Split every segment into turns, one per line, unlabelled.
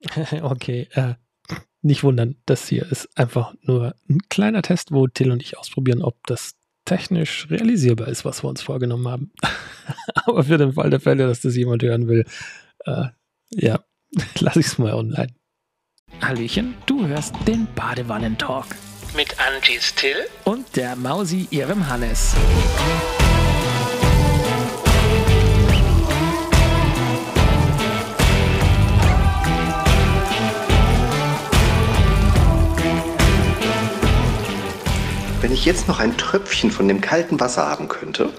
okay, äh, nicht wundern, das hier ist einfach nur ein kleiner Test, wo Till und ich ausprobieren, ob das technisch realisierbar ist, was wir uns vorgenommen haben. Aber für den Fall der Fälle, dass das jemand hören will, äh, ja, lasse ich es mal online.
Hallöchen, du hörst den Badewannentalk.
Mit Angie Still
und der Mausi ihrem Hannes.
Wenn ich jetzt noch ein Tröpfchen von dem kalten Wasser haben könnte.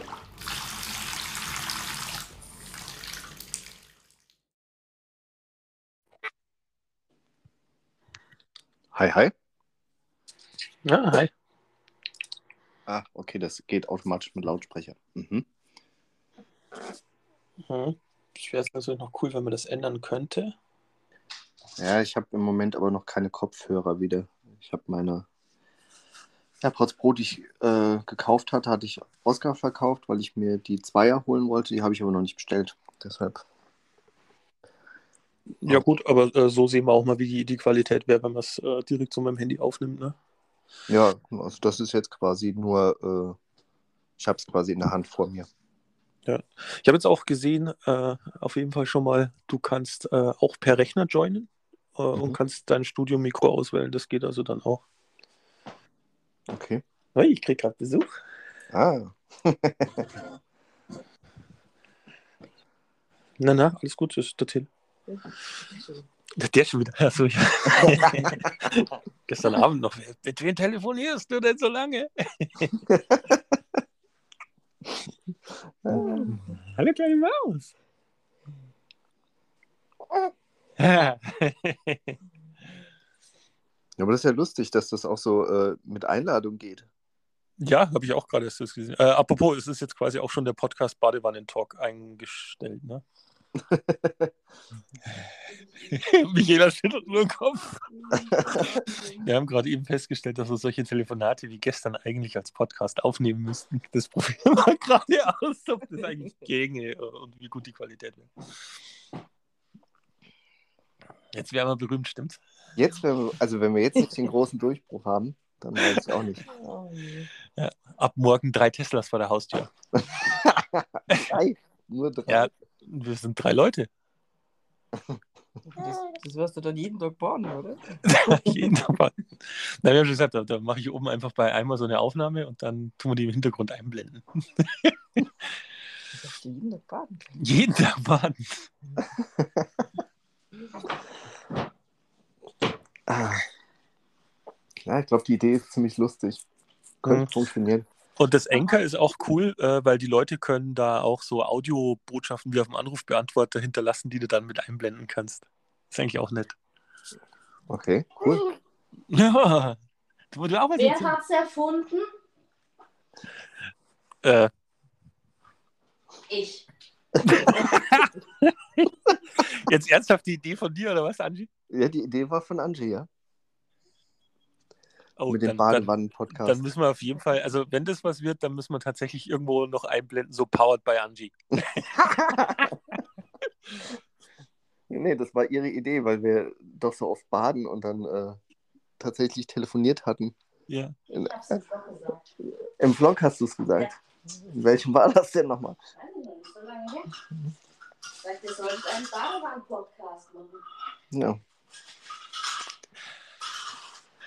Hi, hi.
Ja, hi.
Ah, okay, das geht automatisch mit Lautsprecher. Mhm.
Mhm. Ich wäre es natürlich noch cool, wenn man das ändern könnte.
Ja, ich habe im Moment aber noch keine Kopfhörer wieder. Ich habe meine AirPods Pro, die ich äh, gekauft hatte, hatte ich Oscar verkauft, weil ich mir die Zweier holen wollte. Die habe ich aber noch nicht bestellt. Deshalb.
Ja, gut, aber äh, so sehen wir auch mal, wie die, die Qualität wäre, wenn man es äh, direkt so mit dem Handy aufnimmt. Ne?
Ja, also das ist jetzt quasi nur, äh, ich habe es quasi in der Hand vor mir.
Ja. Ich habe jetzt auch gesehen, äh, auf jeden Fall schon mal, du kannst äh, auch per Rechner joinen äh, und
Mhm.
kannst dein Studio-Mikro auswählen. Das geht also dann auch.
Okay.
Hey, ich krieg gerade Besuch.
Ah,
Na, na, alles gut, das ist der Till. Der schon wieder. Achso, ja. Gestern Abend noch. Mit wem telefonierst du denn so lange? Hallo, kleine Maus.
ja,
Ja.
aber das ist ja lustig, dass das auch so äh, mit Einladung geht.
Ja, habe ich auch gerade erst das gesehen. Äh, apropos, es ist jetzt quasi auch schon der Podcast Badewannen-Talk eingestellt, ne? Michaela schüttelt nur den Kopf. Wir haben gerade eben festgestellt, dass wir solche Telefonate wie gestern eigentlich als Podcast aufnehmen müssten. Das probieren wir gerade aus, ob das eigentlich ginge und wie gut die Qualität wäre. Jetzt wären wir berühmt, stimmt's?
Jetzt, wenn wir, also wenn wir jetzt nicht den großen Durchbruch haben, dann weiß ich auch nicht.
Ab morgen drei Teslas vor der Haustür.
Drei, nur drei.
Ja, wir sind drei Leute.
Das, das wirst du dann jeden Tag bauen, oder?
Jeden Tag mal. Na, wir haben schon gesagt, da, da mache ich oben einfach bei einmal so eine Aufnahme und dann tun wir die im Hintergrund einblenden.
Das wirst du jeden Tag bauen.
Jeden Tag baden.
Ah. Ja, ich glaube, die Idee ist ziemlich lustig. Könnte
Mhm.
funktionieren.
Und das Anker ist auch cool, äh, weil die Leute können da auch so Audiobotschaften wie auf dem Anrufbeantworter hinterlassen, die du dann mit einblenden kannst. Ist eigentlich auch nett.
Okay, cool.
Ja. Du, du auch was
Wer
erzählen?
hat's erfunden?
äh,
Ich.
Jetzt ernsthaft die Idee von dir oder was, Angie?
Ja, die Idee war von Angie, ja.
Oh,
Mit
dann-
dem
dann- Dann
Badewannen-Podcast.
müssen wir auf jeden Fall, also wenn das was wird, dann müssen wir tatsächlich irgendwo noch einblenden, so powered by Angie.
Nee, das war ihre Idee, weil wir doch so oft baden und dann äh, tatsächlich telefoniert hatten.
Ja.
Ich hab's doch gesagt.
Im Vlog hast du es gesagt. In welchem war das denn nochmal?
Weiß ich nicht, so lange her. Vielleicht ihr solltet einen Badewann-Podcast machen.
Ja.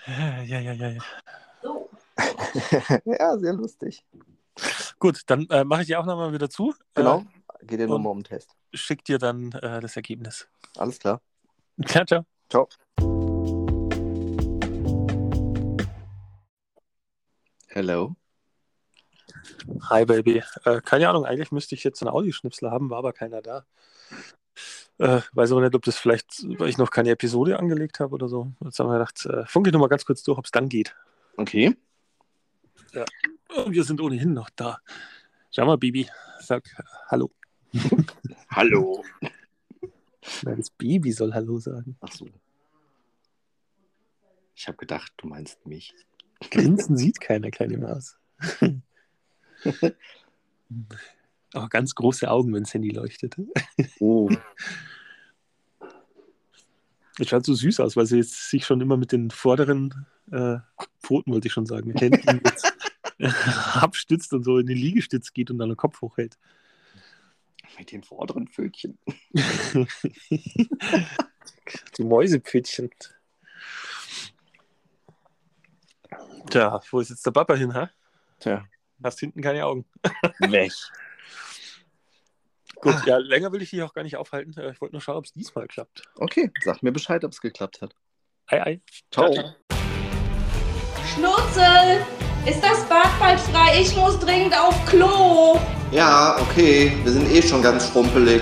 Ja, ja, ja, ja.
So.
ja, sehr lustig.
Gut, dann äh, mache ich die Aufnahme mal wieder zu.
Genau. Geht ja
und-
nochmal um den Test.
Äh, schick dir dann äh, das Ergebnis.
Alles klar.
Ciao, ciao.
Ciao. Hello.
Hi, Baby. Äh, keine Ahnung, eigentlich müsste ich jetzt einen Audioschnipsel haben, war aber keiner da. Äh, weiß aber nicht, ob das vielleicht, weil ich noch keine Episode angelegt habe oder so. Jetzt haben wir gedacht, äh, funke ich nochmal ganz kurz durch, ob es dann geht.
Okay.
Und wir sind ohnehin noch da. Schau mal, Baby. Sag äh, Hallo.
Hallo.
Nein, das Baby soll Hallo sagen.
Ach so. Ich habe gedacht, du meinst mich.
Grinsen sieht keiner, kleine Maus. Aber ganz große Augen, wenn das Handy leuchtet.
Oh.
Das schaut so süß aus, weil sie jetzt sich schon immer mit den vorderen äh, Pfoten, wollte ich schon sagen, mit Händen jetzt, abstützt und so in den Liegestütz geht und dann den Kopf hochhält.
Mit den vorderen Pfötchen.
Die Mäusepfötchen. Tja, wo ist jetzt der Papa hin, ha?
Tja,
Hast hinten keine Augen.
weg.
Gut, ja, länger will ich dich auch gar nicht aufhalten. Äh, Ich wollte nur schauen, ob es diesmal klappt.
Okay, sag mir Bescheid, ob es geklappt hat.
Ei, ei.
Ciao.
Schnurzel! Ist das Bad bald frei? Ich muss dringend auf Klo!
Ja, okay, wir sind eh schon ganz schrumpelig.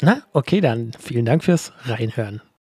Na, okay, dann vielen Dank fürs Reinhören.